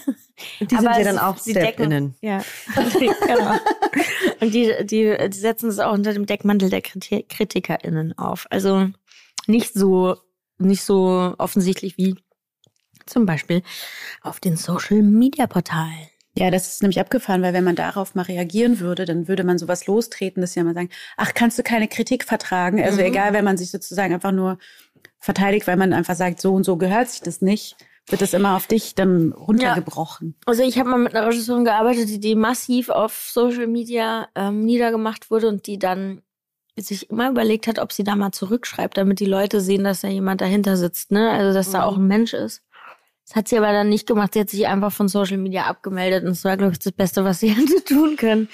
die sind Aber ja es- dann auch sie decken- Step-Innen. ja. (laughs) genau. Und die, die, die setzen es auch unter dem Deckmantel der Kriti- KritikerInnen auf. Also nicht so, nicht so offensichtlich wie zum Beispiel auf den Social Media Portalen. Ja, das ist nämlich abgefahren, weil wenn man darauf mal reagieren würde, dann würde man sowas lostreten, dass ja mal sagen, ach, kannst du keine Kritik vertragen? Also egal, wenn man sich sozusagen einfach nur verteidigt, weil man einfach sagt, so und so gehört sich das nicht, wird das immer auf dich dann runtergebrochen. Also ich habe mal mit einer Regisseurin gearbeitet, die, die massiv auf Social Media ähm, niedergemacht wurde und die dann sich immer überlegt hat, ob sie da mal zurückschreibt, damit die Leute sehen, dass da jemand dahinter sitzt, ne? Also dass da auch ein Mensch ist. Das hat sie aber dann nicht gemacht. Sie hat sich einfach von Social Media abgemeldet und es war, glaube ich, das Beste, was sie (laughs) hätte tun können.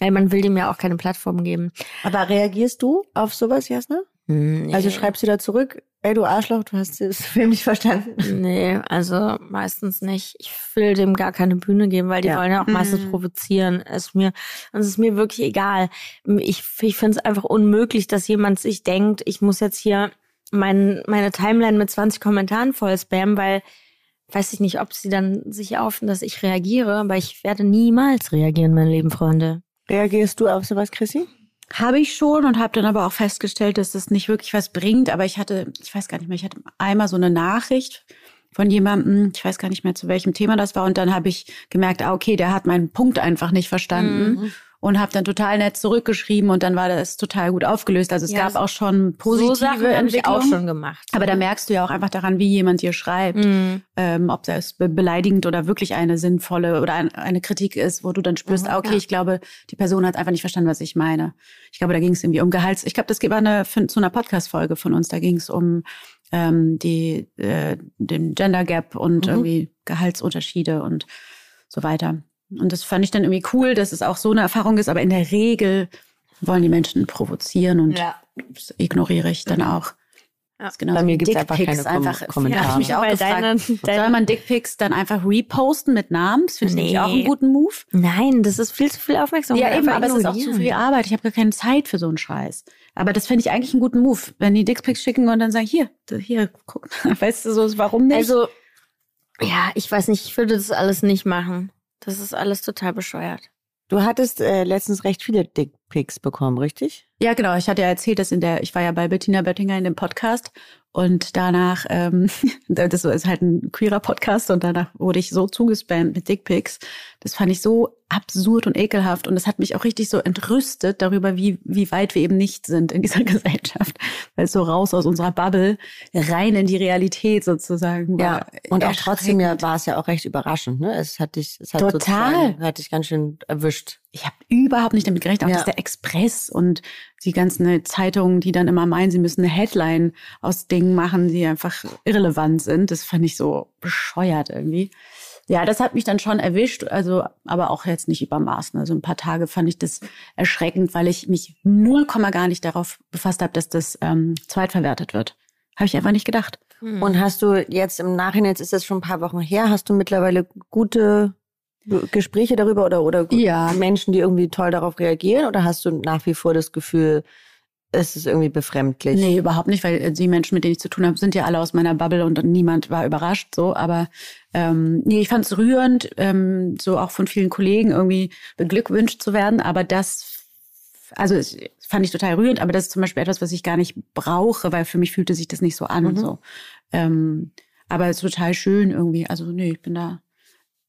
Weil man will dem ja auch keine Plattform geben. Aber reagierst du auf sowas, Jasna? Hm, Also schreibst du da zurück, ey, du Arschloch, du hast das Film nicht verstanden. Nee, also meistens nicht. Ich will dem gar keine Bühne geben, weil die Ja. wollen Hm. ja auch meistens provozieren. Ist mir, es ist mir wirklich egal. Ich, ich finde es einfach unmöglich, dass jemand sich denkt, ich muss jetzt hier mein, meine Timeline mit 20 Kommentaren voll spammen, weil weiß ich nicht, ob sie dann sich hoffen, dass ich reagiere, aber ich werde niemals reagieren, mein lieben Freunde. Reagierst du auf sowas, Chrissy? Habe ich schon und habe dann aber auch festgestellt, dass das nicht wirklich was bringt. Aber ich hatte, ich weiß gar nicht mehr, ich hatte einmal so eine Nachricht von jemandem, ich weiß gar nicht mehr, zu welchem Thema das war. Und dann habe ich gemerkt, ah, okay, der hat meinen Punkt einfach nicht verstanden. Mhm. Und habe dann total nett zurückgeschrieben und dann war das total gut aufgelöst. Also es Ja, gab auch schon positive so Sachen hab ich Entwicklungen. auch schon gemacht. Aber da merkst du ja auch einfach daran, wie jemand dir schreibt, Mhm. ähm, ob das be beleidigend oder wirklich eine sinnvolle oder ein, eine Kritik ist, wo du dann spürst, Mhm, ah, okay, ich glaube, die Person hat einfach nicht verstanden, was ich meine. Ich glaube, da ging es irgendwie um Gehalts. Ich glaube, das war eine für, zu einer Podcast-Folge von uns. Da ging es um ähm, die äh, den Gender Gap und Mhm. irgendwie Gehaltsunterschiede und so weiter. Und das fand ich dann irgendwie cool, dass es auch so eine Erfahrung ist. Aber in der Mhm. Regel wollen die Menschen provozieren und das ignoriere ich dann auch. Das ist genau Bei so mir wie gibt's einfach Dickpics keine Kom- Kommentare. (laughs) Ja, Ja, hab ich mich auch Weil gefragt. deine- deine- Soll man Dickpics dann einfach reposten mit Namen? Das finde ich nämlich Nee. auch einen guten Move. Nein, das ist viel zu viel Aufmerksamkeit. Ja, eben, Einfach aber es ist auch zu ignorieren. viel Arbeit. Ich habe gar keine Zeit für so einen Scheiß. Aber das finde ich eigentlich einen guten Move, wenn die Dickpics schicken und dann sagen, hier, d- hier, guck. (laughs) Weißt du, so, warum nicht? Also, ja, ich weiß nicht, ich würde das alles nicht machen. Das ist alles total bescheuert. Du hattest äh, letztens recht viele Dickpics bekommen, richtig? ja, genau. Ich hatte ja erzählt, dass in der, ich war ja bei Bettina Böttinger in dem Podcast und danach, ähm, (laughs) das ist halt ein queerer Podcast und danach wurde ich so zugespammt mit Dickpics. Das fand ich so absurd und ekelhaft und das hat mich auch richtig so entrüstet darüber, wie, wie weit wir eben nicht sind in dieser (laughs) Gesellschaft. Weil es so raus aus unserer Bubble, rein in die Realität sozusagen war. Und auch trotzdem ja, war es ja auch recht überraschend, ne? Es hat dich, es hat Total. sozusagen- hat dich ganz schön erwischt. ich habe überhaupt nicht damit gerechnet, auch Ja. dass der Express und die ganzen Zeitungen, die dann immer meinen, sie müssen eine Headline aus Dingen machen, die einfach irrelevant sind. Das fand ich so bescheuert irgendwie. Ja, das hat mich dann schon erwischt, also aber auch jetzt nicht übermaßen. Also ein paar Tage fand ich das erschreckend, weil ich mich null Komma gar nicht darauf befasst habe, dass das ähm, zweitverwertet wird. Habe ich einfach nicht gedacht. Hm. Und hast du jetzt im Nachhinein, jetzt ist das schon ein paar Wochen her, hast du mittlerweile gute G- Gespräche darüber oder, oder gu- Ja. Menschen, die irgendwie toll darauf reagieren? Oder hast du nach wie vor das Gefühl, es ist irgendwie befremdlich? Nee, überhaupt nicht, weil äh, die Menschen, mit denen ich zu tun habe, sind ja alle aus meiner Bubble und niemand war überrascht so. Aber ähm, nee, ich fand es rührend, ähm, so auch von vielen Kollegen irgendwie beglückwünscht zu werden. Aber das, also es fand ich total rührend, aber das ist zum Beispiel etwas, was ich gar nicht brauche, weil für mich fühlte sich das nicht so an. So. Ähm, aber es ist total schön irgendwie. Also nee, ich bin da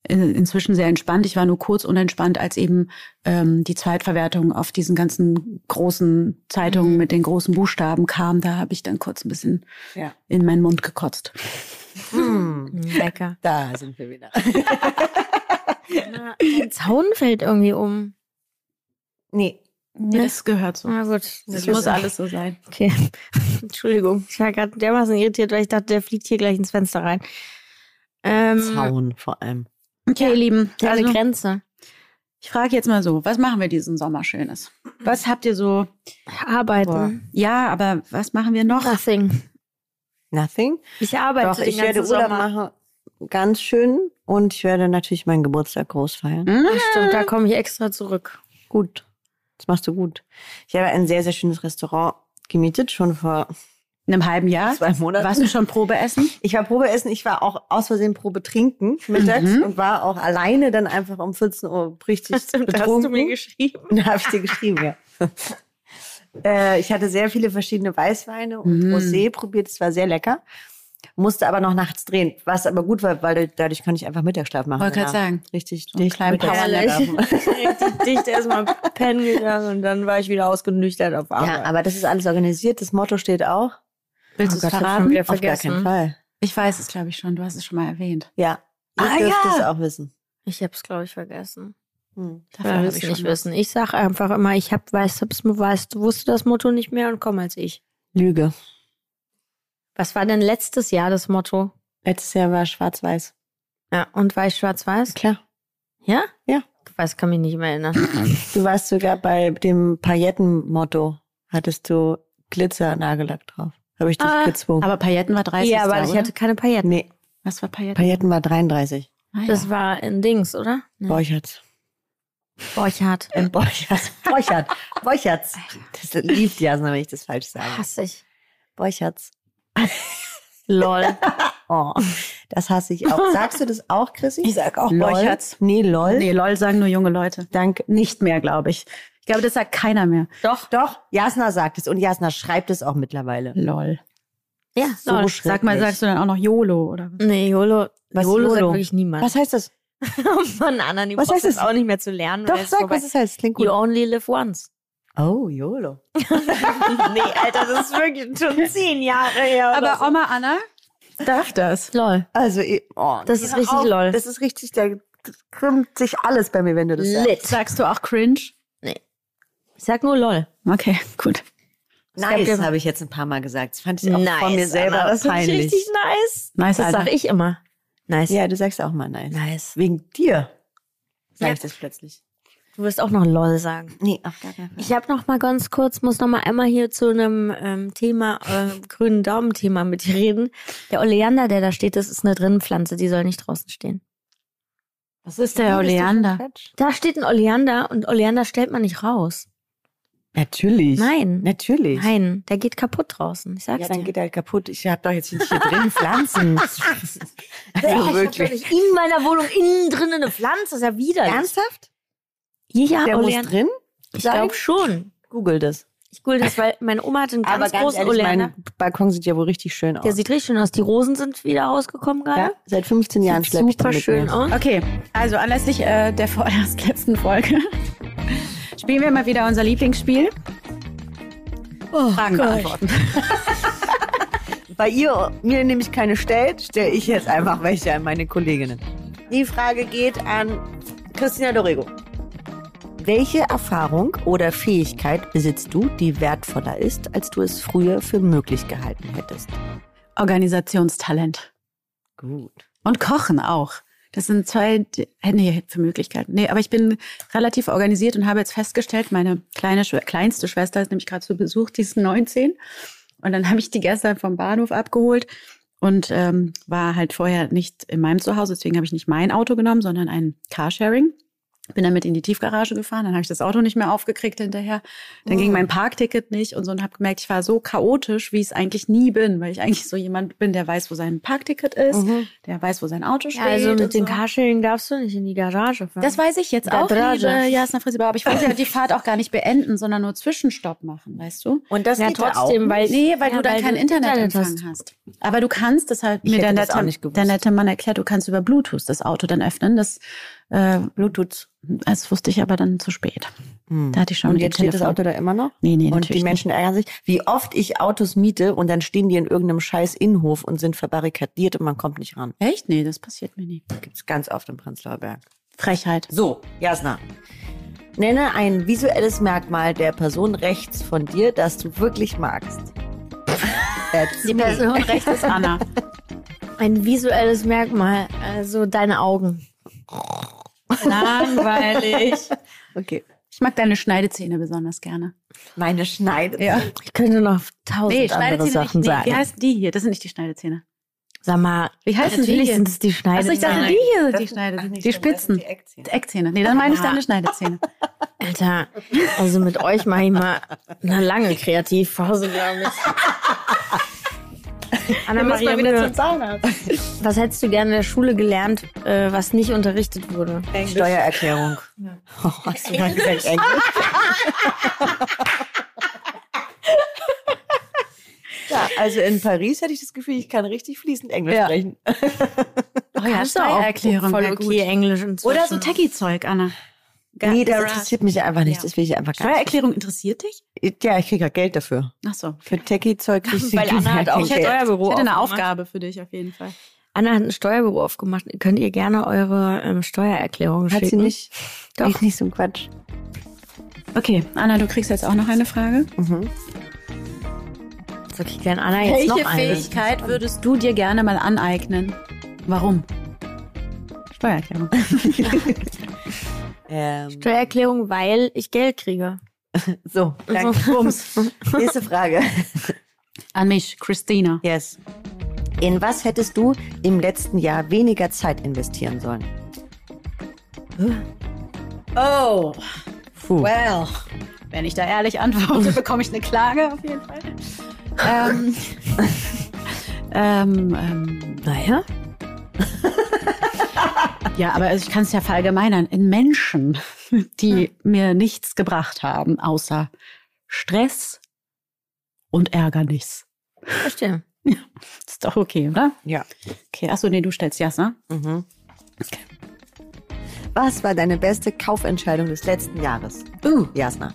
in, inzwischen sehr entspannt. Ich war nur kurz unentspannt, als eben ähm, die Zweitverwertung auf diesen ganzen großen Zeitungen mit den großen Buchstaben kam. Da habe ich dann kurz ein bisschen Ja. in meinen Mund gekotzt. Hm, Lecker. da sind wir wieder. (laughs) Na, Dein Zaun fällt irgendwie um. nee. Das gehört so. Na gut. Das ist muss alles so sein. Okay. (laughs) Entschuldigung. Ich war gerade dermaßen irritiert, weil ich dachte, der fliegt hier gleich ins Fenster rein. Ähm, Zaun vor allem. Okay, ihr Lieben. Kleine Also, Grenze. ich frage jetzt mal so, was machen wir diesen Sommer Schönes? Was habt ihr so? Arbeiten. Ja, aber was machen wir noch? Nothing. Nothing. Ich arbeite Doch, den ich ganzen werde Urlaub Sommer. machen. Ganz schön. Und ich werde natürlich meinen Geburtstag groß feiern. Ach, stimmt, da komme ich extra (laughs) zurück. Gut. Das machst du gut. Ich habe ein sehr, sehr schönes Restaurant gemietet, schon vor In einem halben Jahr? zwei Monaten. Warst du schon Probeessen? Ich war Probeessen, ich war auch aus Versehen Probe trinken mittags und war auch alleine dann einfach um 14 Uhr richtig (laughs) betrunken. geschrieben. Da habe ich dir geschrieben, ja. (laughs) Äh, ich hatte sehr viele verschiedene Weißweine und Rosé probiert. Es war sehr lecker. Musste aber noch nachts drehen, was aber gut war, weil dadurch konnte ich einfach Mittagsschlaf machen. Wollte gerade danach. sagen. Richtig, einen dicht kleinen Mittagsschlaf. Dicht erstmal pennen gegangen und dann war ich wieder ausgenüchtert auf (laughs) Ja, aber das ist alles organisiert. Das Motto steht auch. (laughs) Willst Oh du es Gott, ich hab schon verraten? wieder Auf gar keinen Vergessen. Fall. Ich weiß es, glaube ich, schon. Du hast es schon mal erwähnt. Ja. Ihr Ah, dürft ja. es auch wissen. Ich habe es, glaube ich, vergessen. Hm. Dafür will habe es ich nicht schon- wissen. Ich sage einfach immer, ich hab, weiß, hab's, weiß, wusste das Motto nicht mehr und komme als ich. Lüge. Was war denn letztes Jahr das Motto? Letztes Jahr war schwarz-weiß. Ja, und war ich schwarz-weiß? Klar. Ja? Ja. Ich weiß, kann mich nicht mehr erinnern. Du warst sogar bei dem Paillettenmotto, hattest du Glitzer-Nagellack drauf. Habe ich dich Ah, gezwungen. Aber Pailletten war 30. ja, aber oder? ich hatte keine Pailletten. nee, Was war Pailletten? Pailletten war 33. Ah, ja. Das war in Dings, oder? Nee. Borchertz. Borchardt. Ein Borchertz. Borchert. Borchertz. Das liebt Jasna, wenn ich das falsch sage. Hasse ich. Borchertz. Lol. Oh, das hasse ich auch. Sagst du das auch, Chrissy? Ich sag auch lol. Borchertz. Nee, lol. Nee, lol sagen nur junge Leute. Danke. Nicht mehr, glaube ich. Ich glaube, das sagt keiner mehr. Doch. Doch, Jasna sagt es und Jasna schreibt es auch mittlerweile. Lol. Oh, Ja, So lol. schrecklich. Sag mal, sagst du dann auch noch YOLO oder was? Nee, YOLO. Was YOLO, sagt YOLO? wirklich niemand. Was heißt das? (laughs) Mann, Anna, die Was brauchst heißt jetzt das? auch nicht mehr zu lernen. Doch, weil es sag, vorbei- was es heißt. Klingt gut. You only live once. Oh, YOLO. nee, Alter, das ist wirklich (laughs) schon zehn Jahre her. oder Aber Oma Anna darf das. so. lol. Also, eh, oh, Das ist richtig lol. Das ist richtig, da krümmt sich alles bei mir, wenn du das sagst. Lit. Sagst du auch cringe? Ich sag nur lol. Okay, gut. Es Nice, gab ja- habe ich jetzt ein paar Mal gesagt. Das fand ich auch von mir selber Anna, das find ich peinlich. richtig nice. Nice, das Alter. sag ich immer. Nice. Ja, du sagst auch mal nice. Nice. Wegen dir sage Ja. ich das plötzlich. Du wirst auch noch LOL sagen. Nee, auf gar keinen Fall. Ich habe noch mal ganz kurz, muss noch mal einmal hier zu einem ähm, Thema, äh, grünen Daumen-Thema mit dir reden. Der Oleander, der da steht, das ist eine Drinnenpflanze, die soll nicht draußen stehen. Was ist der Oleander? Da steht ein Oleander und Oleander stellt man nicht raus. Natürlich. Nein. Natürlich. Nein, der geht kaputt draußen. Ich sag's Ja, dann dir. (laughs) geht er halt kaputt. Ich habe doch jetzt nicht hier (laughs) drin Pflanzen. also wirklich. Wirklich. Ich hab doch nicht in meiner Wohnung innen drin eine Pflanze, ist ja widerlich. Ernsthaft? Ja, Der muss Oleander. drin? Ich sein? glaube schon. Google das. Ich google das, weil meine Oma hatte einen ganz, Aber ganz großen ehrlich, Oleander. mein Balkon sieht ja wohl richtig schön aus. Der sieht richtig schön aus. Die Rosen sind wieder rausgekommen ja? gerade. Seit 15 Jahren Sieht schleppe ich super damit schön mir. aus. Okay, also anlässlich äh, (laughs) der vorerst letzten Folge (laughs) spielen wir mal wieder unser Lieblingsspiel. Fragen beantworten. Bei ihr mir nämlich keine stellt, stelle ich jetzt einfach welche an meine Kolleginnen. Die Frage geht an Christina Dorego. Welche Erfahrung oder Fähigkeit besitzt du, die wertvoller ist, als du es früher für möglich gehalten hättest? Organisationstalent. Gut. Und Kochen auch. Das sind zwei, äh, nee, für Möglichkeiten. Nee, aber ich bin relativ organisiert und habe jetzt festgestellt, meine kleine, Schw- kleinste Schwester ist nämlich gerade zu Besuch, die ist 19. Und dann habe ich die gestern vom Bahnhof abgeholt und ähm, war halt vorher nicht in meinem Zuhause, deswegen habe ich nicht mein Auto genommen, sondern ein Carsharing. Bin damit in die Tiefgarage gefahren, dann habe ich das Auto nicht mehr aufgekriegt hinterher. Dann ging Oh. mein Parkticket nicht und so und habe gemerkt, ich war so chaotisch, wie ich es eigentlich nie bin, weil ich eigentlich so jemand bin, der weiß, wo sein Parkticket ist, der weiß, wo sein Auto steht. Mhm. Ja, also und mit dem so. Carsharing darfst du nicht in die Garage fahren. Das weiß ich jetzt Der auch, Drage. liebe Jasna Frisibau, aber ich wollte ja die Fahrt auch gar nicht beenden, sondern nur Zwischenstopp machen, weißt du? Und das ja geht ja auch. trotzdem, weil Nee, weil ja, du dann kein du Internetempfang hast. hast. Aber du kannst, das hat Ich mir hätte der das auch nette, nicht gewusst. der nette Mann erklärt, du kannst über Bluetooth das Auto dann öffnen. Das, äh, Bluetooth. das wusste ich aber dann zu spät. Hm. Da hatte ich schon Und mit dem jetzt steht das Telefon. Auto da immer noch? Nee, nee, Und natürlich die Menschen ärgern sich, wie oft ich Autos miete und dann stehen die in irgendeinem scheiß Innenhof und sind verbarrikadiert und man kommt nicht ran. Echt? Nee, das passiert mir nie. Gibt's ganz oft im Prenzlauer Berg. Frechheit. So, Jasna. Nenne ein visuelles Merkmal der Person rechts von dir, das du wirklich magst. (laughs) That's Die me. (laughs) Person rechts Das ist Anna. (laughs) ein visuelles Merkmal, also deine Augen. Langweilig. Okay. Ich mag deine Schneidezähne besonders gerne. Meine Schneide. Ich könnte noch tausend andere Sachen nicht. Nee, wie sagen. heißen die hier? Das sind nicht die Schneidezähne. Sag mal, Wie heißen die natürlich hier? sind es die Schneide. Achso, ich dachte, die hier sind die Schneidezähne. Die Spitzen. Die Die Eckzähne. Eckzähne. Nee, dann meine ich Ja. deine Schneidezähne. Alter, also mit euch mache ich mal eine lange Kreativpause, glaube ich. Anna-Maria Mühe, Zahnarzt. was hättest du gerne in der Schule gelernt, äh, was nicht unterrichtet wurde? Steuererklärung. (laughs) Oh, hast du mal gesagt, Englisch? (laughs) Ja, also in Paris hatte ich das Gefühl, ich kann richtig fließend Englisch Ja. sprechen. Oh ja, Kannst du auch voll wär okay gut. Englisch und Oder so Techie-Zeug, Anna. Ga- nee, das Garage. interessiert mich einfach nicht. Ja. Das will ich einfach gar nicht. Steuererklärung interessiert dich? Ja, ich kriege ja Geld dafür. Ach so. Für Techie-Zeug (laughs) kriege ich Weil Anna hat auch ein kein Geld. Steuerbüro Ich hätte eine aufgemacht. Aufgabe für dich auf jeden Fall. Anna hat ein Steuerbüro aufgemacht. Könnt ihr gerne eure ähm, Steuererklärung Hat schicken? sie nicht? Doch. Ist nicht so ein Quatsch. Okay, Anna, du kriegst jetzt auch noch eine Frage. Mhm. So kriegt dann Anna jetzt noch eine. würdest du dir gerne mal aneignen? Warum? Steuererklärung. Ähm, Steuererklärung, weil ich Geld kriege. so, danke. Bums. Nächste Frage. (laughs) An mich, Christina. (laughs) Yes. In was hättest du im letzten Jahr weniger Zeit investieren sollen? Oh, Puh. well. Wenn ich da ehrlich antworte, bekomme ich eine Klage auf jeden Fall. ähm, (laughs) ähm, ähm, Naja. Ja, aber also ich kann es ja verallgemeinern. In Menschen, (laughs) die mir nichts gebracht haben, außer Stress und Ärgernis. Verstehe. Ist doch okay, oder? Ja. Okay, achso, nee, du stellst ne? Jasna. Mhm. Was war deine beste Kaufentscheidung des letzten Jahres? Uh, Jasna.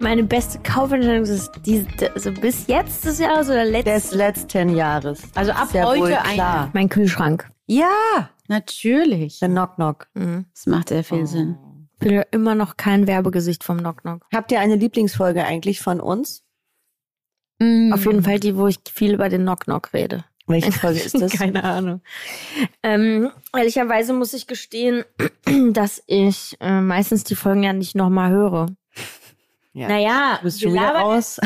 Meine beste Kaufentscheidung ist diese, also bis jetzt des Jahres oder Des letztes? letzten Jahres. Also ab Ist ja wohl heute ein- klar. Mein Kühlschrank. Ja, Mhm. Natürlich. der Knock Knock. Das macht sehr Oh. viel Sinn. Ich bin ja immer noch kein Werbegesicht vom Knock Knock. Habt ihr eine Lieblingsfolge eigentlich von uns? Mhm. Auf jeden Fall die, wo ich viel über den Knock Knock rede. Hm. (laughs) Welche (laughs) Folge ist das? Keine Ahnung. Ähm, ehrlicherweise muss ich gestehen, (clears throat) dass ich äh, meistens die Folgen ja nicht nochmal höre. Ja. Naja, Du bist wir schon wieder labern- raus.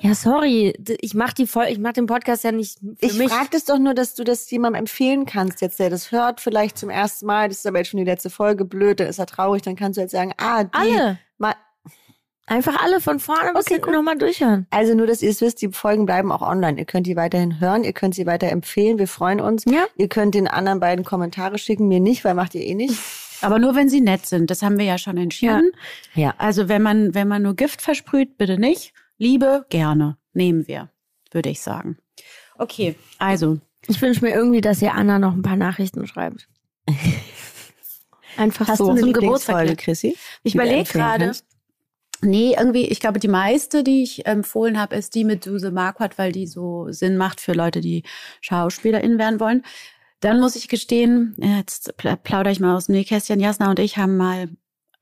Ja, sorry. D- Ich mach die Fol ich mach den Podcast ja nicht für Ich mich. frage das doch nur, dass du das jemandem empfehlen kannst, jetzt der das hört, vielleicht zum ersten Mal, das ist aber jetzt schon die letzte Folge, blöd, dann ist er traurig, dann kannst du jetzt sagen, ah, die, alle. Ma- Einfach alle von vorne bis Okay, hinten nochmal durchhören. Also nur, dass ihr es wisst, die Folgen bleiben auch online. Ihr könnt die weiterhin hören, ihr könnt sie weiter empfehlen, wir freuen uns. Ja. Ihr könnt den anderen beiden Kommentare schicken, mir nicht, weil macht ihr eh nicht. (laughs) Aber nur wenn sie nett sind, das haben wir ja schon entschieden. Ja. Also wenn man, wenn man nur Gift versprüht, bitte nicht. Liebe, gerne. Nehmen wir, würde ich sagen. Okay, also. Ich wünsche mir irgendwie, dass ihr Anna noch ein paar Nachrichten schreibt. Einfach Hast so. du eine zum Lieblingsfolge, Geburtstag. Chrissy? Ich die du überlege empfehlen gerade. kannst? ne? Nee, irgendwie, ich glaube, die meiste, die ich empfohlen habe, ist die mit Suse Marquardt, weil die so Sinn macht für Leute, die SchauspielerInnen werden wollen. Dann muss ich gestehen, jetzt pla- plaudere ich mal aus dem Nähkästchen. Jasna und ich haben mal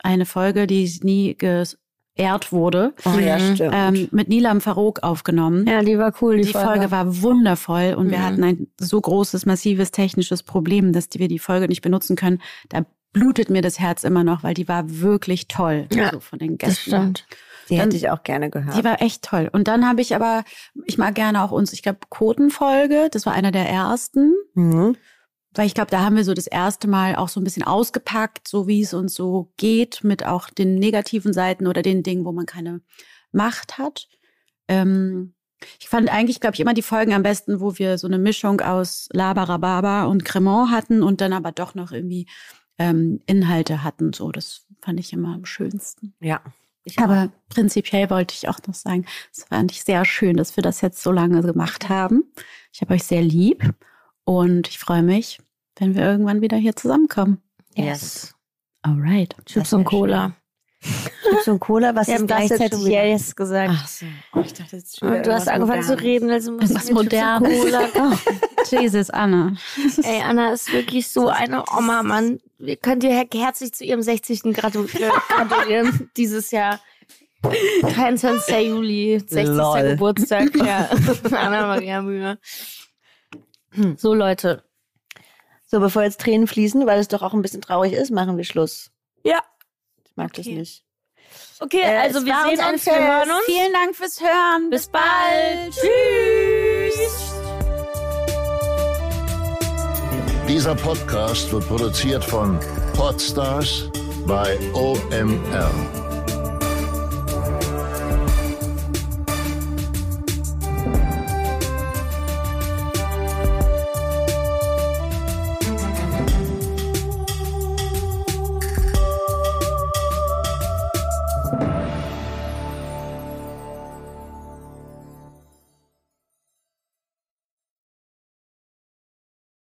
eine Folge, die nie geehrt wurde, Oh ja, Mhm. stimmt. ähm, mit Nilam Farouk aufgenommen. Ja, die war cool, die, Die Folge war wundervoll und wir ne? Mhm. hatten ein so großes, massives technisches Problem, dass die, wir die Folge nicht benutzen können. Da blutet mir das Herz immer noch, weil die war wirklich toll. Ja, so von den Das Gästen. her. stimmt. die dann- hätte ich auch gerne gehört. Die war echt toll. Und dann habe ich aber, ich mag gerne auch uns, ich glaube, Kotenfolge, das war einer der ersten. mhm. Weil ich glaube, da haben wir so das erste Mal auch so ein bisschen ausgepackt, so wie es uns so geht, mit auch den negativen Seiten oder den Dingen, wo man keine Macht hat. Ähm, ich fand eigentlich, glaube ich, immer die Folgen am besten, wo wir so eine Mischung aus Labarababa und Cremant hatten und dann aber doch noch irgendwie ähm, Inhalte hatten. So, das fand ich immer am schönsten. Ja. Aber prinzipiell wollte ich auch noch sagen, es fand ich sehr schön, dass wir das jetzt so lange gemacht haben. Ich habe euch sehr lieb und ich freue mich, wenn wir irgendwann wieder hier zusammenkommen. Yes. Alright. Chips und Cola. Chips und Cola, was Wir ist haben das jetzt schon gleichzeitig wieder? Yes gesagt. Ach so. Oh, ich dachte, jetzt ist schon wieder und du hast irgendwas angefangen zu Modernes. reden, also muss Irgendwas ich mir Chips und Modernes. (laughs) Cola kaufen. Oh, Jesus, Anna. Ey, Anna ist wirklich so eine Oma, Mann. Wir können dir her- herzlich zu ihrem 60. gratu- (laughs) äh, gratulieren dieses Jahr. 23. Juli, 60. Lol. (laughs) Geburtstag. Ja, Anna Maria Mühe. Hm. So, Leute. So, bevor jetzt Tränen fließen, weil es doch auch ein bisschen traurig ist, machen wir Schluss. Ja. Ich mag das Okay. nicht. Okay, Äh, also es wir war uns sehen ein uns, wir hören uns. Vielen Dank fürs Hören. Bis bald. Tschüss. Dieser Podcast wird produziert von Podstars bei OMR.